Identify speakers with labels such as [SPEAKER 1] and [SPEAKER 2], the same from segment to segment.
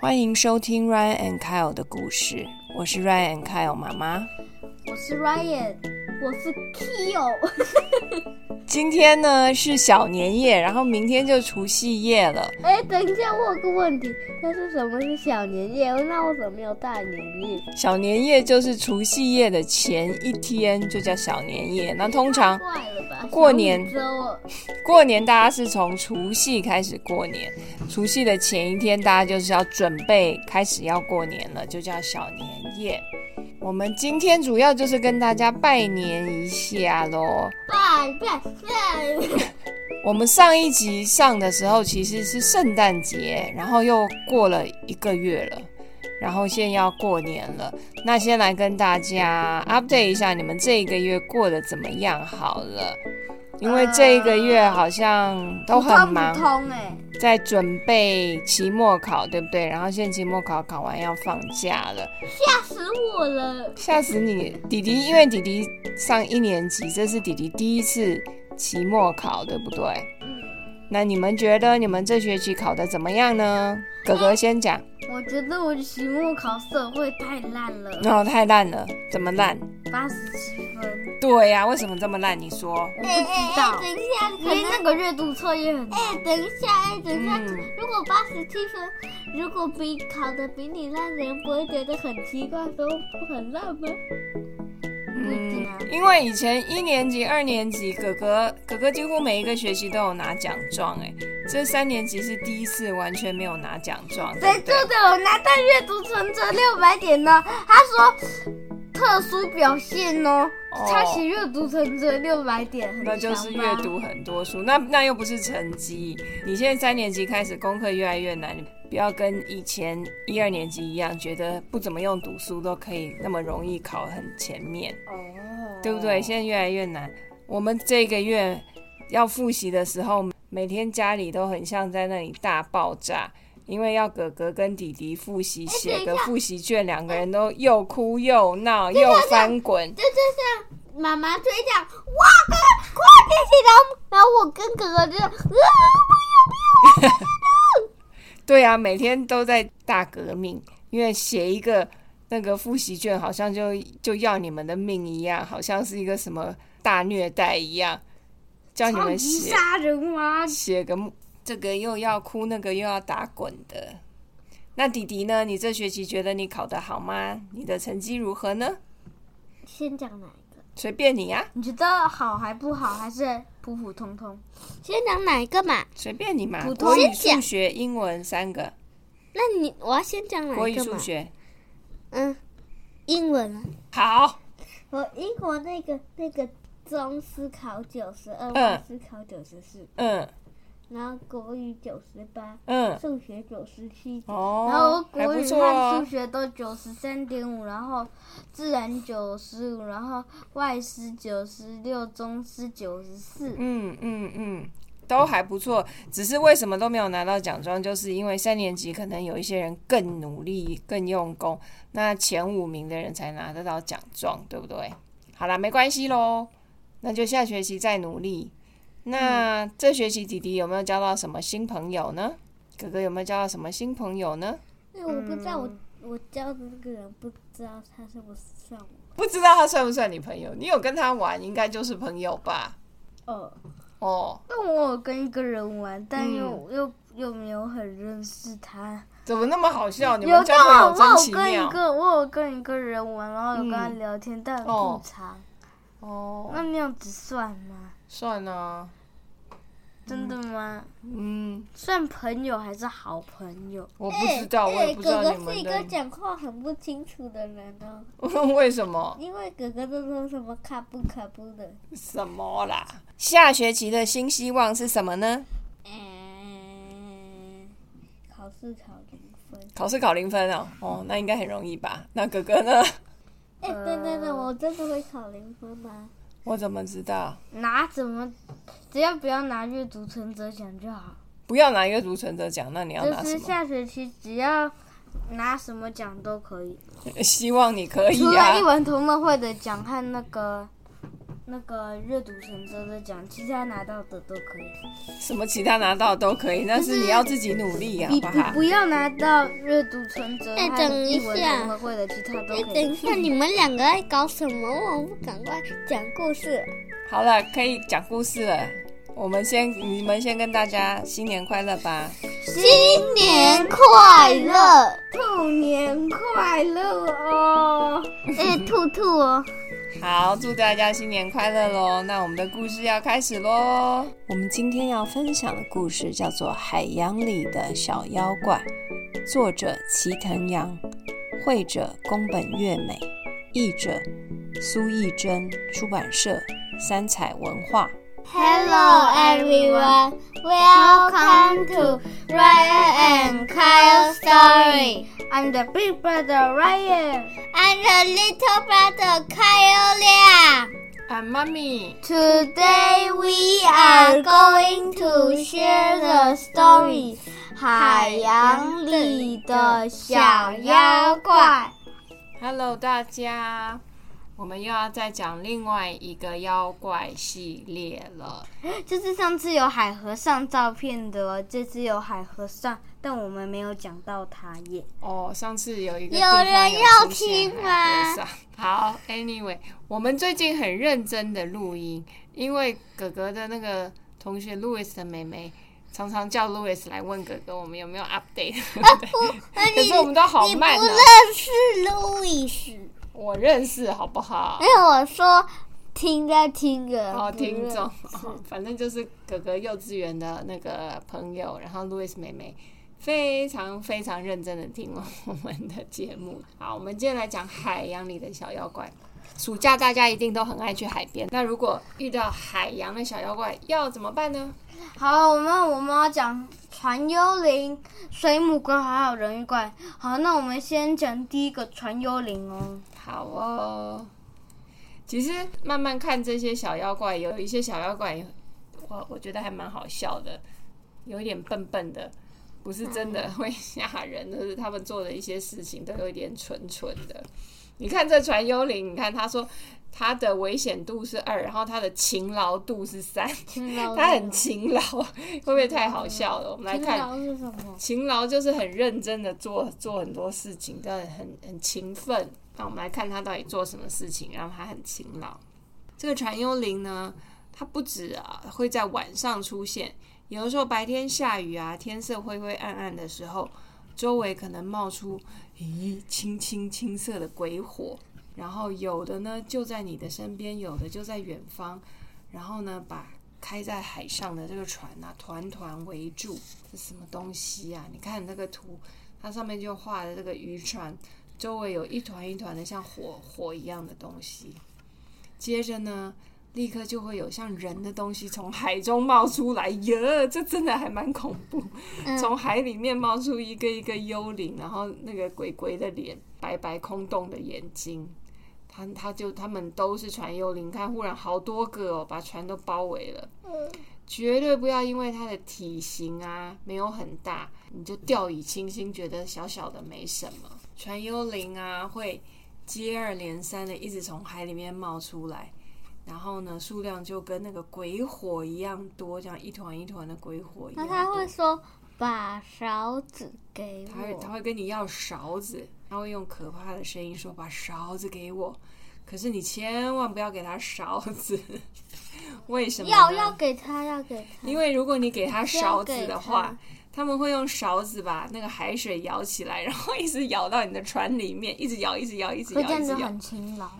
[SPEAKER 1] 欢迎收听 Ryan and Kyle 的故事，我是 Ryan and Kyle 妈妈。
[SPEAKER 2] 我是 Ryan，我是 Kyo，
[SPEAKER 1] 今天呢是小年夜，然后明天就除夕夜了。
[SPEAKER 2] 哎、等一下，我有个问题，但是什么是小年夜？那为什么没有大年夜？
[SPEAKER 1] 小年夜就是除夕夜的前一天，就叫小年夜。那通常
[SPEAKER 2] 太怪了吧？
[SPEAKER 1] 过年
[SPEAKER 2] 之后，
[SPEAKER 1] 过年大家是从除夕开始过年，除夕的前一天大家就是要准备开始要过年了，就叫小年夜。我们今天主要就是跟大家拜年一下喽。
[SPEAKER 2] 拜拜拜，
[SPEAKER 1] 我们上一集上的时候其实是圣诞节，然后又过了一个月了，然后现在要过年了。那先来跟大家 update 一下你们这一个月过得怎么样好了，因为这一个月好像都很忙
[SPEAKER 2] 普，通哎、
[SPEAKER 1] 在准备期末考，对不对？然后现在期末考考完要放假了，
[SPEAKER 2] 吓死我了！
[SPEAKER 1] 吓死你！弟弟，因为弟弟上一年级，这是弟弟第一次期末考，对不对？
[SPEAKER 2] 嗯
[SPEAKER 1] 那你们觉得你们这学期考的怎么样呢？哥哥先讲，
[SPEAKER 2] 我觉得我的期末考社会太烂了，
[SPEAKER 1] 然、后哦太烂了，怎么烂？
[SPEAKER 2] 八十七分，
[SPEAKER 1] 对呀、为什么这么烂？你说
[SPEAKER 2] 我不知道，
[SPEAKER 3] 哎等一下，
[SPEAKER 2] 因为那个阅读测验很难。
[SPEAKER 3] 哎，等一下，哎，等一下，
[SPEAKER 1] 嗯
[SPEAKER 3] 如果八十七分，如果比考的比你烂的人，不会觉得很奇怪，说很烂吗？
[SPEAKER 2] 不一定啊
[SPEAKER 1] 嗯因为以前一年级、二年级，哥哥哥哥几乎每一个学期都有拿奖状，哎，这三年级是第一次完全没有拿奖状，对
[SPEAKER 2] 谁
[SPEAKER 1] 不
[SPEAKER 2] 做
[SPEAKER 1] 对？
[SPEAKER 2] 的？我拿到阅读存折六百点呢？他说特殊表现哦
[SPEAKER 1] 哦，
[SPEAKER 2] 他写阅读存折六百点，很
[SPEAKER 1] 那就是
[SPEAKER 2] 强
[SPEAKER 1] 阅
[SPEAKER 2] 吧
[SPEAKER 1] 读很多书，那那又不是成绩。你现在三年级开始功课越来越难，你不要跟以前一二年级一样，觉得不怎么用读书都可以那么容易考很前面，
[SPEAKER 2] 哦，
[SPEAKER 1] 对不对？现在越来越难。我们这个月要复习的时候，每天家里都很像在那里大爆炸。因为要哥哥跟弟弟复
[SPEAKER 2] 哎
[SPEAKER 1] 习，写个复习卷，两个人都又哭又闹又翻滚。
[SPEAKER 3] 这就像妈妈推讲，哇哥，快点起来！然后我跟哥哥就，呃啊，
[SPEAKER 1] 对啊，每天都在大革命，因为写一个那个复习卷，好像就就要你们的命一样，好像是一个什么大虐待一样，叫你
[SPEAKER 2] 超
[SPEAKER 1] 们
[SPEAKER 2] 级
[SPEAKER 1] 写
[SPEAKER 2] 杀人魔，
[SPEAKER 1] 写个这个又要哭，那个又要打滚的。那弟弟呢？你这学期觉得你考得好吗？你的成绩如何呢？
[SPEAKER 3] 先讲哪一个？
[SPEAKER 1] 随便你啊呀、
[SPEAKER 2] 你觉得好还不好，还是普普通通？
[SPEAKER 3] 先讲哪一个嘛？
[SPEAKER 1] 随便你嘛。
[SPEAKER 2] 普通
[SPEAKER 1] 国语、
[SPEAKER 3] 先讲
[SPEAKER 1] 数学、英文三个。
[SPEAKER 3] 那你我要先讲哪
[SPEAKER 1] 国
[SPEAKER 3] 一
[SPEAKER 1] 语、
[SPEAKER 3] 个
[SPEAKER 1] 数
[SPEAKER 3] 嘛？
[SPEAKER 1] 学
[SPEAKER 3] 嗯，英文啊。
[SPEAKER 1] 好，
[SPEAKER 3] 我英国那个那个中思考九十二，
[SPEAKER 1] 嗯
[SPEAKER 3] 外思考九十四，
[SPEAKER 1] 嗯
[SPEAKER 3] 然后国语九十八，
[SPEAKER 1] 嗯，
[SPEAKER 3] 数学九十七，
[SPEAKER 1] 哦，
[SPEAKER 2] 然后
[SPEAKER 1] 还
[SPEAKER 2] 国
[SPEAKER 1] 不
[SPEAKER 2] 语
[SPEAKER 1] 错
[SPEAKER 2] 和数
[SPEAKER 1] 哦。
[SPEAKER 2] 学都九十三点五，然后自然九十五，然后外师九十六，中师九十四。
[SPEAKER 1] 嗯嗯嗯，都还不错。只是为什么都没有拿到奖状，就是因为三年级可能有一些人更努力、更用功，那前五名的人才拿得到奖状，对不对？好啦，没关系喽，那就下学期再努力。那、这学期弟弟有没有交到什么新朋友呢？哥哥有没有交到什么新朋友呢？
[SPEAKER 3] 那我不知道我
[SPEAKER 2] 嗯
[SPEAKER 3] 我教的那个人不知道他是不是算我。
[SPEAKER 1] 不知道他算不算你朋友？你有跟他玩，应该就是朋友吧？
[SPEAKER 2] 哦。
[SPEAKER 1] 哦，
[SPEAKER 2] 那我有跟一个人玩，但
[SPEAKER 1] 嗯
[SPEAKER 2] 又、又又没有很认识他。
[SPEAKER 1] 怎么那么好笑？你
[SPEAKER 2] 有
[SPEAKER 1] 们
[SPEAKER 2] 跟
[SPEAKER 1] 交朋
[SPEAKER 2] 我
[SPEAKER 1] 友真
[SPEAKER 2] 我
[SPEAKER 1] 奇
[SPEAKER 2] 有跟一
[SPEAKER 1] 妙
[SPEAKER 2] 个我有跟一个人玩，然后有跟
[SPEAKER 3] 嗯
[SPEAKER 2] 他聊天，但
[SPEAKER 1] 哦
[SPEAKER 2] 不长。
[SPEAKER 1] 哦。
[SPEAKER 2] 那那样子算吗？
[SPEAKER 1] 算啊，
[SPEAKER 2] 真的吗？
[SPEAKER 1] 嗯，
[SPEAKER 2] 算朋友还是好朋友？
[SPEAKER 1] 我不知道，我也不知道
[SPEAKER 3] 哎哥
[SPEAKER 1] 你
[SPEAKER 3] 哥是
[SPEAKER 1] 们
[SPEAKER 3] 一个
[SPEAKER 1] 的
[SPEAKER 3] 讲话很不清楚的人哦，
[SPEAKER 1] 为什么
[SPEAKER 3] 因为哥哥都说什么卡布卡布的。
[SPEAKER 1] 什么啦。下学期的新希望是什么呢？
[SPEAKER 3] 嗯，考试考零分。
[SPEAKER 1] 考试考零分哦，哦，那应该很容易吧？那哥哥呢？
[SPEAKER 3] 哎，等等等，我真的会考零分吗？
[SPEAKER 1] 我怎么知道？
[SPEAKER 2] 拿怎么？只要不要拿阅读存折奖就好。
[SPEAKER 1] 不要拿阅读存折奖，那你要拿
[SPEAKER 2] 就是
[SPEAKER 1] 什么？
[SPEAKER 2] 下学期只要拿什么奖都可以，
[SPEAKER 1] 希望你可以
[SPEAKER 2] 除了一
[SPEAKER 1] 啊。
[SPEAKER 2] 文同乐会的奖和那个那个阅读成车的奖，其他拿到的都可以。
[SPEAKER 1] 什么其他拿到都可以，但是你要自己努力，啊好
[SPEAKER 2] 你
[SPEAKER 1] 不
[SPEAKER 2] 不
[SPEAKER 1] 好？
[SPEAKER 2] 不要拿到阅读存折，
[SPEAKER 3] 哎
[SPEAKER 2] 还有
[SPEAKER 3] 等一
[SPEAKER 2] 文
[SPEAKER 3] 下
[SPEAKER 2] 联合会的其他都
[SPEAKER 3] 哎，
[SPEAKER 2] 可
[SPEAKER 3] 等
[SPEAKER 2] 以
[SPEAKER 3] 一。下，你们两个在搞什么？我不赶快讲故事。
[SPEAKER 1] 好了，可以讲故事了。我们先，你们先跟大家新年快乐吧！
[SPEAKER 3] 新年快乐！
[SPEAKER 2] 兔年快乐哦！
[SPEAKER 3] 哎，兔兔哦，
[SPEAKER 1] 好，祝大家新年快乐喽！那我们的故事要开始喽。我们今天要分享的故事叫做《海洋里的小妖怪》，作者齐藤阳，绘者宫本月美，译者苏艺珍，出版社三彩文化。
[SPEAKER 3] Hello everyone, welcome to Ryan and Kyle story.
[SPEAKER 2] I'm the big brother Ryan.
[SPEAKER 3] I'm the little brother Kyle Liang.
[SPEAKER 1] 啊，妈咪，
[SPEAKER 3] Today we are going to share the story 海洋里的小妖怪。
[SPEAKER 1] Hello，大家，我们又要再讲另外一个妖怪系列了。
[SPEAKER 2] 就是上次有海和尚照片的哦，这次有海和尚，但我们没有讲到他耶。
[SPEAKER 1] 哦，上次有一个地
[SPEAKER 3] 有
[SPEAKER 1] 方
[SPEAKER 3] 人
[SPEAKER 1] 有
[SPEAKER 3] 要
[SPEAKER 1] 出现
[SPEAKER 3] 听
[SPEAKER 1] 海和
[SPEAKER 3] 吗
[SPEAKER 1] 尚？好，Anyway，我们最近很认真的录音，因为哥哥的那个同学 Louis 的妹妹常常叫 Louis 来问哥哥我们有没有 update，、
[SPEAKER 3] 那
[SPEAKER 1] 可
[SPEAKER 3] 你
[SPEAKER 1] 是我们都好
[SPEAKER 3] 哦你不
[SPEAKER 1] 慢哦。
[SPEAKER 3] 认识路易斯？
[SPEAKER 1] 我认识好不好？
[SPEAKER 3] 因为我说听在听着，
[SPEAKER 1] 哦，
[SPEAKER 3] 不
[SPEAKER 1] 听
[SPEAKER 3] 认
[SPEAKER 1] 众，哦反正就是哥哥幼稚园的那个朋友，然后 Louis 妹妹非常非常认真的听了我们的节目。好，我们今天来讲海洋里的小妖怪。暑假大家一定都很爱去海边，那如果遇到海洋的小妖怪，要怎么办呢？
[SPEAKER 2] 好，我们我们要讲船幽灵、水母怪还有人鱼怪。好，那我们先讲第一个船幽灵哦。
[SPEAKER 1] 好哦，其实慢慢看这些小妖怪，有一些小妖怪，我我觉得还蛮好笑的，有一点笨笨的，不是真的会吓人，就是他们做的一些事情都有一点蠢蠢的。你看这船幽灵，你看他说他的危险度是二，然后他的勤劳度是三，
[SPEAKER 3] 嗯
[SPEAKER 2] 勤 劳
[SPEAKER 1] 他很勤劳，会不会太好笑了？我们来看
[SPEAKER 2] 是什么？
[SPEAKER 1] 勤劳就是很认真的做做很多事情，但很很勤奋。那我们来看他到底做什么事情让他很勤劳。这个传幽灵呢，它不止啊会在晚上出现，有的时候白天下雨啊，天色灰灰暗暗的时候，周围可能冒出咦青青青色的鬼火，然后有的呢就在你的身边，有的就在远方，然后呢把开在海上的这个船啊团团围住。这什么东西啊？你看那个图，它上面就画的这个渔船，周围有一团一团的像火火一样的东西。接着呢，立刻就会有像人的东西从海中冒出来，耶，这真的还蛮恐怖。
[SPEAKER 3] 嗯
[SPEAKER 1] 从海里面冒出一个一个幽灵，然后那个鬼鬼的脸，白白空洞的眼睛。他他就他们都是船幽灵，看忽然好多个哦，把船都包围了。
[SPEAKER 3] 嗯
[SPEAKER 1] 绝对不要因为它的体型啊没有很大，你就掉以轻心，觉得小小的没什么。船幽灵啊，会接二连三的一直从海里面冒出来，然后呢，数量就跟那个鬼火一样多，这样一团一团的鬼火一样
[SPEAKER 3] 那
[SPEAKER 1] 多。
[SPEAKER 3] 他会说把勺子给
[SPEAKER 1] 他会他
[SPEAKER 3] 我，
[SPEAKER 1] 会跟你要勺子，他会用可怕的声音说：“把勺子给我。”可是你千万不要给他勺子， 为什么呢？
[SPEAKER 3] 要要给他，要给他。
[SPEAKER 1] 因为如果你给他勺子的
[SPEAKER 3] 不要
[SPEAKER 1] 话
[SPEAKER 3] 给，
[SPEAKER 1] 他们会用勺子把那个海水舀起来，然后一直舀到你的船里面，一直舀，一直舀，一直
[SPEAKER 2] 会
[SPEAKER 1] 舀，
[SPEAKER 2] 这样
[SPEAKER 1] 一直
[SPEAKER 2] 子
[SPEAKER 1] 舀。
[SPEAKER 2] 很勤劳。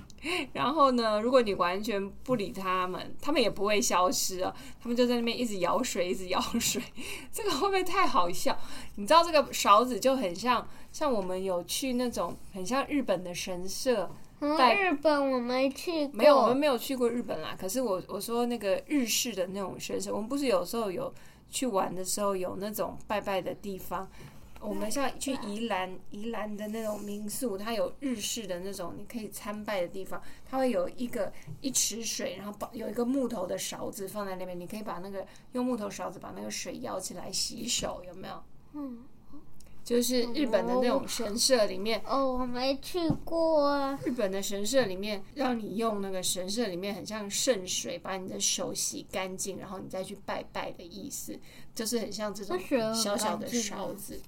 [SPEAKER 1] 然后呢，如果你完全不理他们，他们也不会消失哦，他们就在那边一直舀水，一直舀水。 这个会不会太好笑？你知道这个勺子就很像，像我们有去那种很像日本的神社，带
[SPEAKER 3] 嗯，日本我没去过，
[SPEAKER 1] 没有，我们没有去过日本啦。可是我我说那个日式的那种神社，我们不是有时候有去玩的时候有那种拜拜的地方。我们像去宜兰，宜兰的那种民宿，它有日式的那种你可以参拜的地方，它会有一个一池水，然后把有一个木头的勺子放在那边，你可以把那个用木头勺子把那个水舀起来洗手，有没有？
[SPEAKER 3] 嗯，
[SPEAKER 1] 就是日本的那种神社里面，
[SPEAKER 3] 哦，我没去过啊。
[SPEAKER 1] 日本的神社里面让你用那个神社里面很像圣水把你的手洗干净，然后你再去拜拜的意思，就是很像这种
[SPEAKER 2] 那水很
[SPEAKER 1] 小小的
[SPEAKER 2] 干净
[SPEAKER 1] 勺
[SPEAKER 2] 吗
[SPEAKER 1] 子。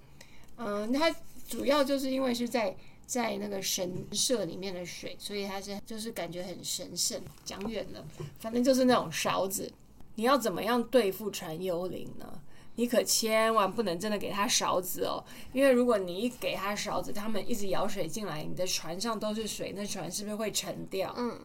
[SPEAKER 1] 嗯，它主要就是因为是在在那个神社里面的水，所以它是就是感觉很神圣。讲远了，反正就是那种勺子。你要怎么样对付传幽灵呢？你可千万不能真的给它勺子哦，因为如果你一给它勺子，它们一直舀水进来，你的船上都是水，那船是不是会沉掉？
[SPEAKER 3] 嗯，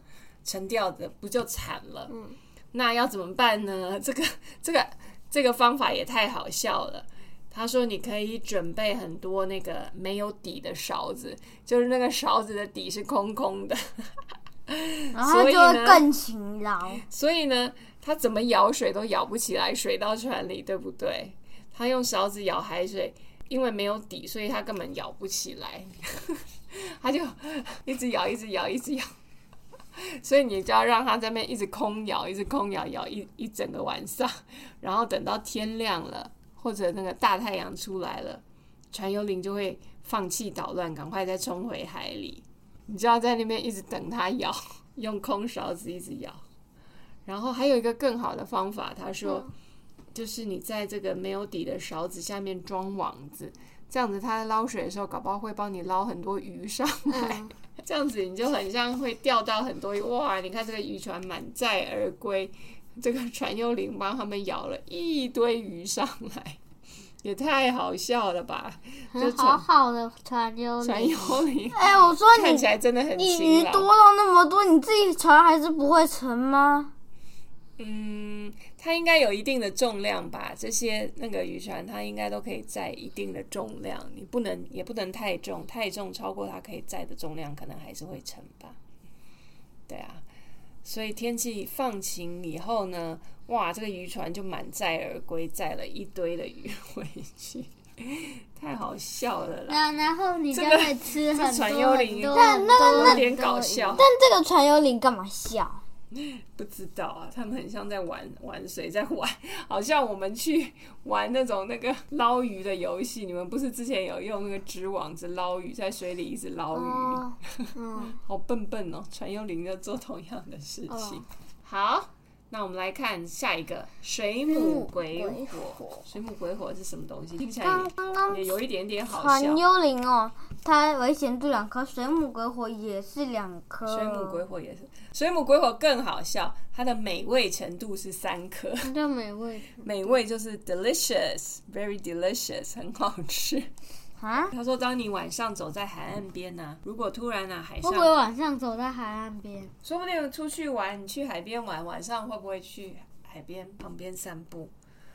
[SPEAKER 1] 沉掉的不就惨了？嗯，那要怎么办呢？ 这个这个这个方法也太好笑了。他说：“你可以准备很多那个没有底的勺子，就是那个勺子的底是空空的，
[SPEAKER 2] 然后
[SPEAKER 1] 所以
[SPEAKER 2] 就
[SPEAKER 1] 呢嗯
[SPEAKER 2] 会更勤劳。
[SPEAKER 1] 所以呢，它怎么舀水都舀不起来水 到船里，对不对？他用勺子舀海水，因为没有底，所以他根本舀不起来， 他就一直舀，一直舀，一直舀。所以你就要让他在那边一直空舀，一直空舀，舀一一整个晚上，然后等到天亮了，或者那个大太阳出来了，船幽灵就会放弃捣乱，赶快再冲回海里。你就要在那边一直等它舀， 用空勺子一直舀。然后还有一个更好的方法，他说，就是你在这个没有底的勺子下面装网子，这样子它在捞水的时候，搞不好会帮你捞很多鱼上来。 这样子你就很像会钓到很多鱼。哇！你看这个渔船满载而归，这个船幽灵帮他们舀了一堆鱼上来，也太好笑了吧！就
[SPEAKER 3] 很好好的传幽
[SPEAKER 1] 船
[SPEAKER 3] 灵，
[SPEAKER 1] 幽灵
[SPEAKER 2] 哎、我说
[SPEAKER 1] 看起
[SPEAKER 2] 你
[SPEAKER 1] 来真的很
[SPEAKER 2] 哎你
[SPEAKER 1] 勤
[SPEAKER 2] 鱼
[SPEAKER 1] 劳。
[SPEAKER 2] 多到那么多，你自己船还是不会沉吗？
[SPEAKER 1] 嗯，它应该有一定的重量吧？这些那个渔船，它应该都可以载一定的重量，你不能也不能太重，太重超过它可以载的重量，可能还是会沉吧。对啊，所以天气放晴以后呢，哇，这个渔船就满载而归，载了一堆的鱼 回去，太好笑了啦！
[SPEAKER 3] 那然后你就
[SPEAKER 1] 这个
[SPEAKER 3] 会吃很
[SPEAKER 1] 传
[SPEAKER 3] 多
[SPEAKER 1] 幽灵
[SPEAKER 3] 很多
[SPEAKER 1] 那
[SPEAKER 3] 很
[SPEAKER 2] 那
[SPEAKER 3] 多
[SPEAKER 1] 有
[SPEAKER 3] 很
[SPEAKER 1] 点
[SPEAKER 3] 多
[SPEAKER 1] 搞
[SPEAKER 3] 鱼
[SPEAKER 1] 笑，
[SPEAKER 2] 但这个船幽灵干嘛笑？
[SPEAKER 1] 不知道啊，他们很像在玩玩水，在玩， 好像我们去玩那种那个捞鱼的游戏。你们不是之前有用那个织网子捞鱼，在水里一直捞鱼，
[SPEAKER 3] 哦，嗯，
[SPEAKER 1] 好笨笨哦！传幽灵就做同样的事情。
[SPEAKER 3] 哦
[SPEAKER 1] 好，那我们来看下一个水母鬼火。水母鬼火是什么东西？听起来
[SPEAKER 2] 刚
[SPEAKER 1] 也
[SPEAKER 2] 刚刚
[SPEAKER 1] 也有一点点好笑
[SPEAKER 2] 船。幽灵哦，它危险度两颗，水母鬼火也是两颗。
[SPEAKER 1] 水母鬼火也是，水母鬼火更好笑，它的美味程度是三颗。
[SPEAKER 3] 那就美味。
[SPEAKER 1] 美味就是 delicious，very delicious，很好吃。
[SPEAKER 2] 啊？
[SPEAKER 1] 他说，当你晚上走在海岸边呢、如果突然啊海
[SPEAKER 3] 会
[SPEAKER 1] 上，
[SPEAKER 3] 不会晚上走在海岸边？
[SPEAKER 1] 说不定出去玩，你去海边玩，晚上会不会去海边旁边散步？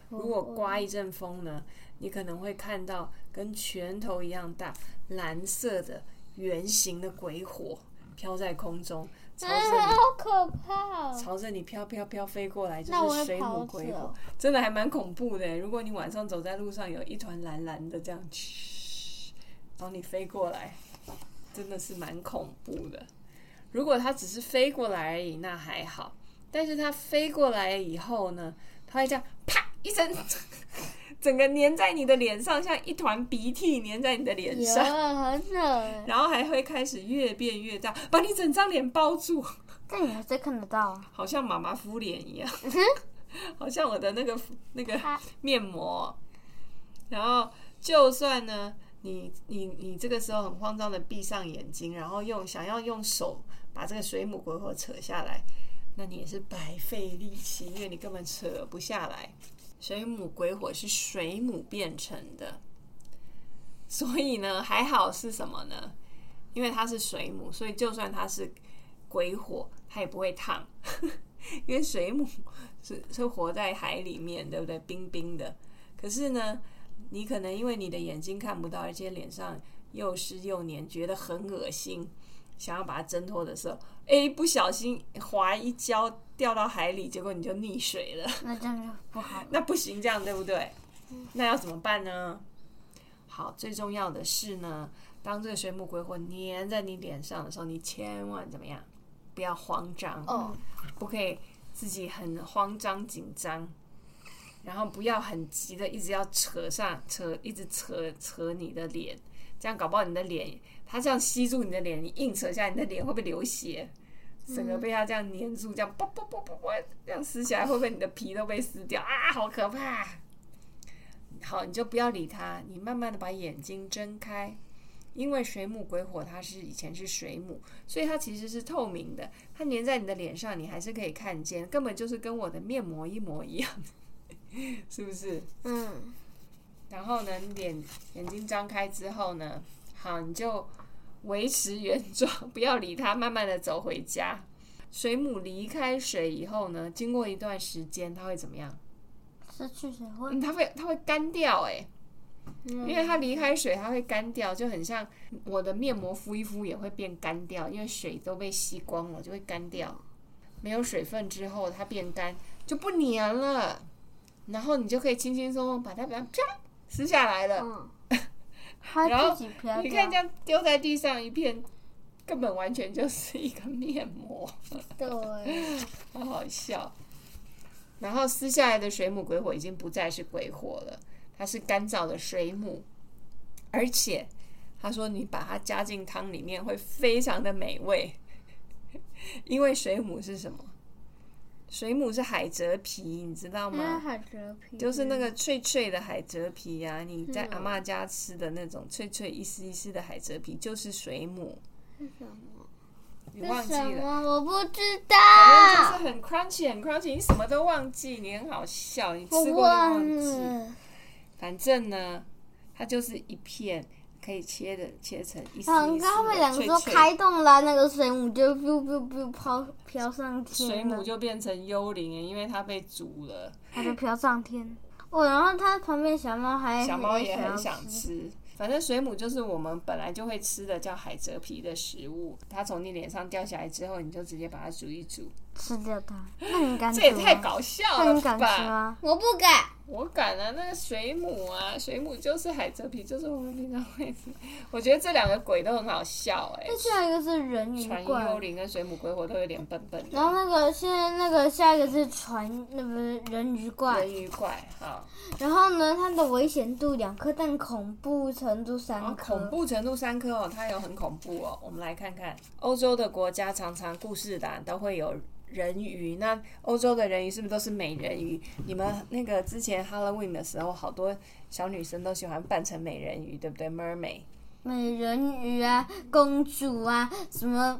[SPEAKER 1] 如果 刮一阵风呢，你可能会看到跟拳头一样大蓝色的圆形的鬼火飘在空中，朝着你
[SPEAKER 3] 好可怕哦！
[SPEAKER 1] 朝着你飘飘飘飞过来，就
[SPEAKER 3] 那我
[SPEAKER 1] 是
[SPEAKER 3] 会
[SPEAKER 1] 水母
[SPEAKER 3] 跑
[SPEAKER 1] 鬼
[SPEAKER 3] 走
[SPEAKER 1] 火，真的还蛮恐怖的耶。欸如果你晚上走在路上，有一团蓝蓝的这样，嘘然后你飞过来，真的是蛮恐怖的。如果它只是飞过来而已，那还好。但是它飞过来以后呢，它会这样啪一声， 整个粘在你的脸上，像一团鼻涕粘在你的脸
[SPEAKER 3] 有
[SPEAKER 1] 上，
[SPEAKER 2] 啊
[SPEAKER 3] 很冷，
[SPEAKER 1] 然后还会开始越变越大，把你整张脸包住。
[SPEAKER 2] 但你还是看得到啊。
[SPEAKER 1] 好像妈妈敷脸一样， 好像我的那个那个
[SPEAKER 3] 啊
[SPEAKER 1] 面膜。然后就算呢，你你你这个时候很慌张的闭上眼睛，然后用想要用手把这个水母鬼火扯下来，那你也是白费力气，因为你根本扯不下来。水母鬼火是水母变成的，所以呢，还好是什么呢？因为它是水母，所以就算它是鬼火，它也不会烫，因为水母 是是活在海里面，对不对？冰冰的。可是呢，你可能因为你的眼睛看不到，而且脸上又湿又黏，觉得很恶心，想要把它挣脱的时候，哎，不小心滑一跤掉到海里，结果你就溺水了。
[SPEAKER 2] 那这样就不好了。
[SPEAKER 1] 那不行，这样对不对？那要怎么办呢？好，最重要的是呢，当这个水母鬼火粘在你脸上的时候，你千万怎么样？不要慌张，
[SPEAKER 2] 哦，
[SPEAKER 1] 不可以自己很慌张紧张。然后不要很急的一直要扯上扯，一直扯扯你的脸，这样搞不好你的脸，它这样吸住你的脸，你硬扯下，你的脸会不会流血？整个被它这样粘住，这样啵啵啵啵啵，这样撕下来，会不会你的皮都被撕掉啊？好可怕！好，你就不要理它，你慢慢的把眼睛睁开，因为水母鬼火它是以前是水母，所以它其实是透明的，它粘在你的脸上，你还是可以看见，根本就是跟我的面膜一模一样，是不是？
[SPEAKER 3] 嗯，
[SPEAKER 1] 然后呢，你脸眼睛张开之后呢，好，你就维持原状，不要理它，慢慢的走回家。水母离开水以后呢，经过一段时间，它会怎么样？
[SPEAKER 2] 失去水
[SPEAKER 1] 嗯，
[SPEAKER 2] 会，
[SPEAKER 1] 它会它会干掉哎、
[SPEAKER 3] 嗯
[SPEAKER 1] 因为它离开水，它会干掉，就很像我的面膜敷一敷也会变干掉，因为水都被吸光了，就会干掉。没有水分之后，它变干就不粘了，然后你就可以轻轻松松把它把它啪撕下来了。
[SPEAKER 3] 嗯，
[SPEAKER 2] 它自己飘
[SPEAKER 1] 你看
[SPEAKER 2] 掉
[SPEAKER 1] 这。样丢在地上一片，根本完全就是一个面膜，
[SPEAKER 3] 对，
[SPEAKER 1] 好好笑。然后撕下来的水母鬼火已经不再是鬼火了，它是干燥的水母，而且他说你把它加进汤里面会非常的美味，因为水母是什么？水母是海蜇皮，你知道吗？
[SPEAKER 2] 那海蜇皮
[SPEAKER 1] 就是那个脆脆的海蜇皮呀、你
[SPEAKER 2] 嗯
[SPEAKER 1] 在阿嬷家吃的那种脆脆一丝一丝的海蜇皮，就是水母。是什么？你
[SPEAKER 2] 是
[SPEAKER 1] 忘记
[SPEAKER 2] 什
[SPEAKER 1] 了？
[SPEAKER 2] 么？我不知
[SPEAKER 1] 反
[SPEAKER 2] 道，
[SPEAKER 1] 正就是很 crunchy，很 crunchy，你什么都忘记，你很好笑，你吃
[SPEAKER 3] 我
[SPEAKER 1] 过就忘
[SPEAKER 3] 忘
[SPEAKER 1] 记。
[SPEAKER 3] 了，
[SPEAKER 1] 反正呢，它就是一片可以切的，切成一丝一丝
[SPEAKER 2] 很
[SPEAKER 1] 的
[SPEAKER 2] 高会两
[SPEAKER 1] 脆
[SPEAKER 2] 说
[SPEAKER 1] 脆
[SPEAKER 2] 开动了，那个水母就 biu biu biu 飘飘上天了，
[SPEAKER 1] 水母就变成幽灵了，因为它被煮了。
[SPEAKER 2] 它就飘上天。哦，然后它旁边小猫还
[SPEAKER 1] 小猫也很
[SPEAKER 2] 很
[SPEAKER 1] 想
[SPEAKER 2] 吃，
[SPEAKER 1] 吃。反正水母就是我们本来就会吃的，叫海蜇皮的食物。它从你脸上掉下来之后，你就直接把它煮一煮，
[SPEAKER 2] 吃掉 它。那你敢？
[SPEAKER 1] 这也太，搞笑
[SPEAKER 2] 那
[SPEAKER 1] 了
[SPEAKER 2] 你敢吃
[SPEAKER 1] 吧！
[SPEAKER 2] 吗？
[SPEAKER 3] 我不敢，
[SPEAKER 1] 我敢啊，那个水母啊，水母就是海蜇皮，就是我们平常会吃。我觉得这两个鬼都很好笑哎、
[SPEAKER 2] 那下一个是人鱼
[SPEAKER 1] 传
[SPEAKER 2] 怪
[SPEAKER 1] 幽，灵跟水母鬼火都有点笨笨
[SPEAKER 2] 然后
[SPEAKER 1] 的。
[SPEAKER 2] 那个现在那个下一个是船，那不是人鱼怪
[SPEAKER 1] 人。鱼怪，好，
[SPEAKER 2] 然后呢，它的危险度两颗，但恐怖程度
[SPEAKER 1] 然后
[SPEAKER 2] 三颗。
[SPEAKER 1] 啊恐怖程度三颗哦，它有很恐怖哦。我们来看看欧洲的国家，常常故事栏都会有人鱼。那欧洲的人鱼是不是都是美人鱼？你们那个之前 Halloween 的时候，好多小女生都喜欢扮成美人鱼，对不对？Mermaid。
[SPEAKER 2] 美人鱼啊，公主啊，什么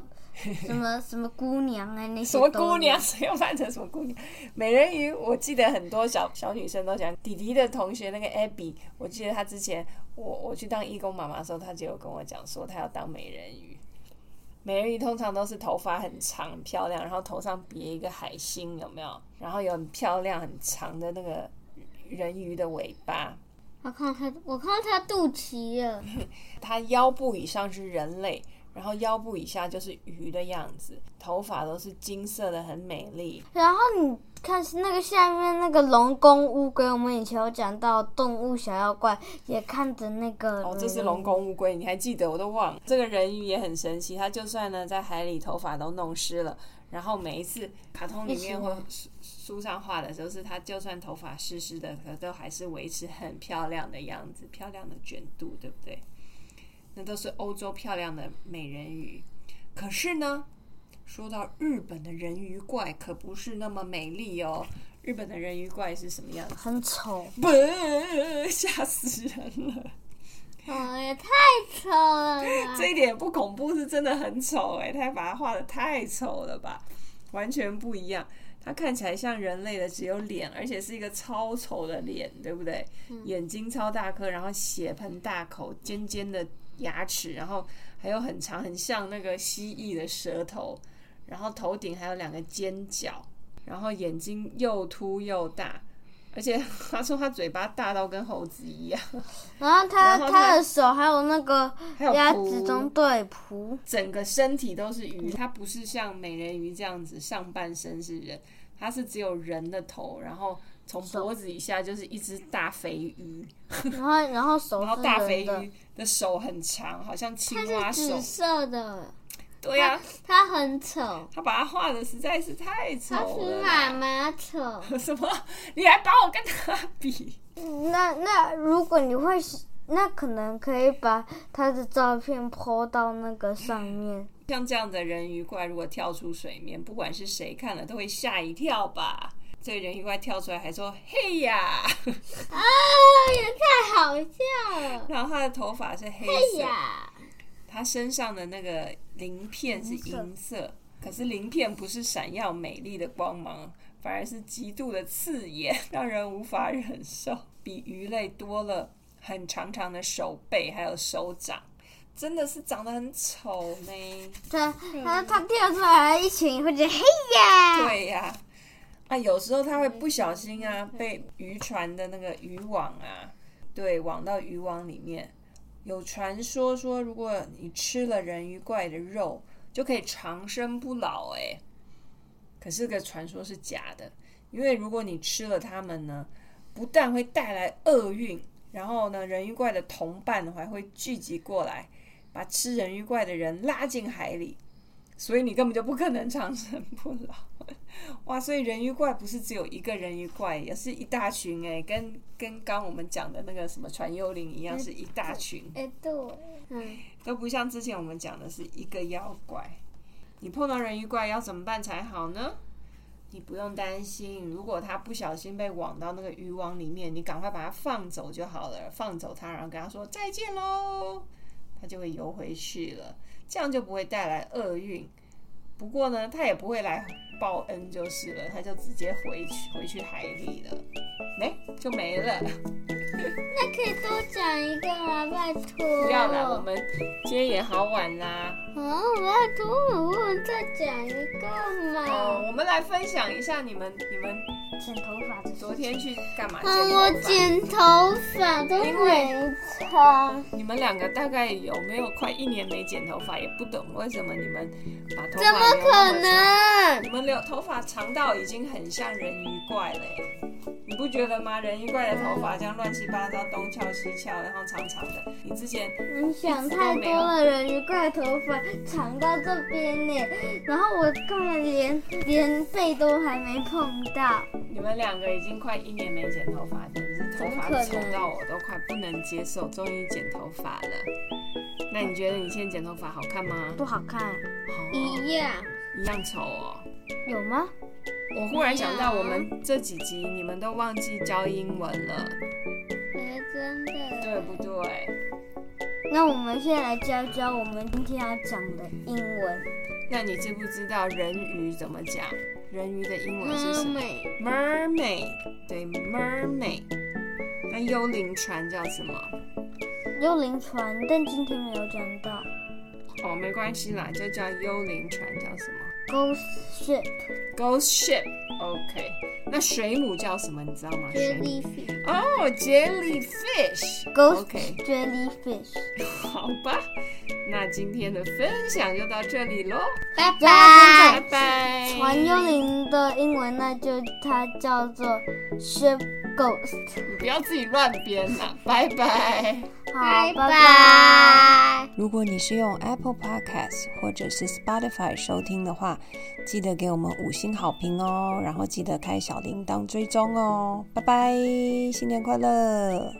[SPEAKER 2] 什么什么姑娘啊，那些
[SPEAKER 1] 什么
[SPEAKER 2] 都有
[SPEAKER 1] 姑 娘？？谁要扮成什么姑娘？美人鱼，我记得很多小小女生都喜欢。弟弟的同学那个 Abby，我记得她之前我我去当义工妈妈的时候，她就有跟我讲说她要当美人鱼。美人鱼通常都是头发很长、很漂亮，然后头上别一个海星，有没有？然后有很漂亮、很长的那个人鱼的尾巴。
[SPEAKER 2] 我看到她，我看到她肚脐了，
[SPEAKER 1] 它腰部以上是人类，然后腰部以下就是鱼的样子，头发都是金色的，很美丽。
[SPEAKER 2] 然后你看那个下面那个龙宫乌龟，我们以前有讲到动物小妖怪，也看着那个
[SPEAKER 1] 哦，这是
[SPEAKER 2] 嗯
[SPEAKER 1] 龙宫乌龟，你还记得？我都忘了。这个人鱼也很神奇，它就算呢在海里头发都弄湿了，然后每一次卡通里面或书书上画的时候，是它就算头发湿湿的，可都还是维持很漂亮的样子，漂亮的卷度，对不对？那都是欧洲漂亮的美人鱼。可是呢，说到日本的人鱼怪，可不是那么美丽哦。日本的人鱼怪是什么样子？
[SPEAKER 2] 很丑，
[SPEAKER 1] 不，吓死人了！
[SPEAKER 3] 哦，也太丑了吧，
[SPEAKER 1] 这一点也不恐怖，是真的很丑哎、他把它画的太丑了吧，完全不一样。它看起来像人类的，只有脸，而且是一个超丑的脸，对不对？
[SPEAKER 2] 嗯
[SPEAKER 1] 眼睛超大颗，然后血盆大口，尖尖的牙齿，然后还有很长，很像那个蜥蜴的舌头，然后头顶还有两个尖角，然后眼睛又凸又大，而且 他说他嘴巴大到跟猴子一样，
[SPEAKER 2] 然后它
[SPEAKER 1] 然后它
[SPEAKER 2] 它的手还有那个
[SPEAKER 1] 还有
[SPEAKER 2] 鸭
[SPEAKER 1] 蹼
[SPEAKER 2] 子中对蹼，
[SPEAKER 1] 整个身体都是
[SPEAKER 3] 嗯
[SPEAKER 1] 鱼，它不是像美人鱼这样子上半身是人，它是只有人的头，然后从脖子以下就是一只大肥
[SPEAKER 3] 嗯
[SPEAKER 1] 鱼，
[SPEAKER 2] 然后然后手
[SPEAKER 1] 然后
[SPEAKER 2] 是
[SPEAKER 1] 大肥
[SPEAKER 2] 人的，
[SPEAKER 1] 鱼的手很长，好像青蛙
[SPEAKER 3] 它是
[SPEAKER 1] 手
[SPEAKER 3] 紫，色的，
[SPEAKER 1] 对呀、
[SPEAKER 3] 它很丑，
[SPEAKER 1] 他把它画的实在是太丑
[SPEAKER 3] 它比
[SPEAKER 1] 了
[SPEAKER 3] 妈
[SPEAKER 1] 啦。
[SPEAKER 3] 妈丑。
[SPEAKER 1] 什么？你还把我跟他比？
[SPEAKER 2] 那那如果你会喜，那可能可以把他的照片 PO 到那个上面。
[SPEAKER 1] 像这样的人鱼怪，如果跳出水面，不管是谁看了都会吓一跳吧。这人鱼怪跳出来还说：“嘿呀
[SPEAKER 3] 啊，也太好笑！”了！
[SPEAKER 1] 然后他的头发是黑
[SPEAKER 3] 哎
[SPEAKER 1] 色，
[SPEAKER 3] 呀，
[SPEAKER 1] 他身上的那个鳞片是银色，可是鳞片不是闪耀美丽的光芒，反而是极度的刺眼，让人无法忍受。比鱼类多了很长长的手背，还有手掌，真的是长得很丑呢。
[SPEAKER 2] 他他他跳出来一群会觉得嘿呀，
[SPEAKER 1] 对呀、啊。有时候它会不小心啊，被渔船的那个渔网啊，对，网到渔网里面。有传说说，如果你吃了人鱼怪的肉，就可以长生不老、欸。可是这个传说是假的，因为如果你吃了它们呢，不但会带来厄运，然后呢，人鱼怪的同伴还会聚集过来，把吃人鱼怪的人拉进海里，所以你根本就不可能长生不老。哇，所以人鱼怪不是只有一个人鱼怪，也是一大群哎、跟跟刚我们讲的那个什么传幽灵一样，是一大群。
[SPEAKER 3] 哎，对，
[SPEAKER 2] 嗯，
[SPEAKER 1] 都不像之前我们讲的是一个妖怪。你碰到人鱼怪要怎么办才好呢？你不用担心，如果他不小心被网到那个渔网里面，你赶快把它放走就好了，放走它，然后跟他说再见喽，他就会游回去了，这样就不会带来厄运。不过呢，他也不会来报恩就是了，他就直接回去回去海里了，没、就没了。
[SPEAKER 3] 那可以多讲一个吗？拜托。
[SPEAKER 1] 不要啦，我们今天也好晚啦。
[SPEAKER 3] 啊，拜托，我们再讲一个
[SPEAKER 1] 哦，
[SPEAKER 3] 嘛。
[SPEAKER 1] 我们来分享一下你们你们
[SPEAKER 2] 剪头发的
[SPEAKER 1] 昨天去干嘛剪
[SPEAKER 3] 啊，
[SPEAKER 1] 头
[SPEAKER 3] 我
[SPEAKER 1] 发？
[SPEAKER 3] 剪头发都没长，
[SPEAKER 1] 你们两个大概有没有快一年没剪头发？也不懂为什么你们把头发
[SPEAKER 3] 怎么
[SPEAKER 1] 留那
[SPEAKER 3] 可
[SPEAKER 1] 长？
[SPEAKER 3] 能？
[SPEAKER 1] 你们留头发长到已经很像人鱼怪了耶，你不觉得吗？人鱼怪的头发这样乱七八糟，东翘西翘，然后长长的。你之前
[SPEAKER 2] 你想太多了，人鱼怪头发长到这边呢，然后我根本连连背都还没碰到。
[SPEAKER 1] 你们两个已经快一年没剪头发，简直头发丑到我都快不能接受。终于剪头发了，那你觉得你现在剪头发好看吗？
[SPEAKER 2] 不好看，
[SPEAKER 1] 哦，
[SPEAKER 3] 一样，
[SPEAKER 1] 一样丑哦。
[SPEAKER 2] 有吗？
[SPEAKER 1] 我忽然想到，我们这几集你们都忘记教英文了，
[SPEAKER 3] 哎，真的。
[SPEAKER 1] 对不对？
[SPEAKER 2] 那我们现在来教教我们今天要讲的英文
[SPEAKER 1] 那你知不知道人鱼怎么讲？人鱼的英文是什么
[SPEAKER 3] 美
[SPEAKER 1] ？mermaid，对，mermaid。那幽灵船叫什么？
[SPEAKER 2] 幽灵船，但今天没有讲到
[SPEAKER 1] 哦，没关系啦，就叫幽灵船叫什么？
[SPEAKER 2] ghost ship。
[SPEAKER 1] Ghost ship。OK，那水母叫什么？你知道吗？水母。哦、
[SPEAKER 3] ，jellyfish，
[SPEAKER 1] j e l l y f i s h
[SPEAKER 2] Ghost
[SPEAKER 1] OK，
[SPEAKER 2] jellyfish，
[SPEAKER 1] 好吧，那今天的分享就到这里喽，
[SPEAKER 3] 拜
[SPEAKER 2] 拜
[SPEAKER 3] 拜。
[SPEAKER 1] 拜拜。
[SPEAKER 2] 船幽灵的英文那就它叫做 ship ghost。
[SPEAKER 1] 你不要自己乱编啦，拜拜。
[SPEAKER 2] 好，
[SPEAKER 3] 拜
[SPEAKER 2] 拜拜
[SPEAKER 3] 拜。
[SPEAKER 4] 如果你是用 Apple Podcast 或者是 Spotify 收听的话，记得给我们五星好评哦，然后记得开小铃铛追踪哦，拜拜，新年快乐！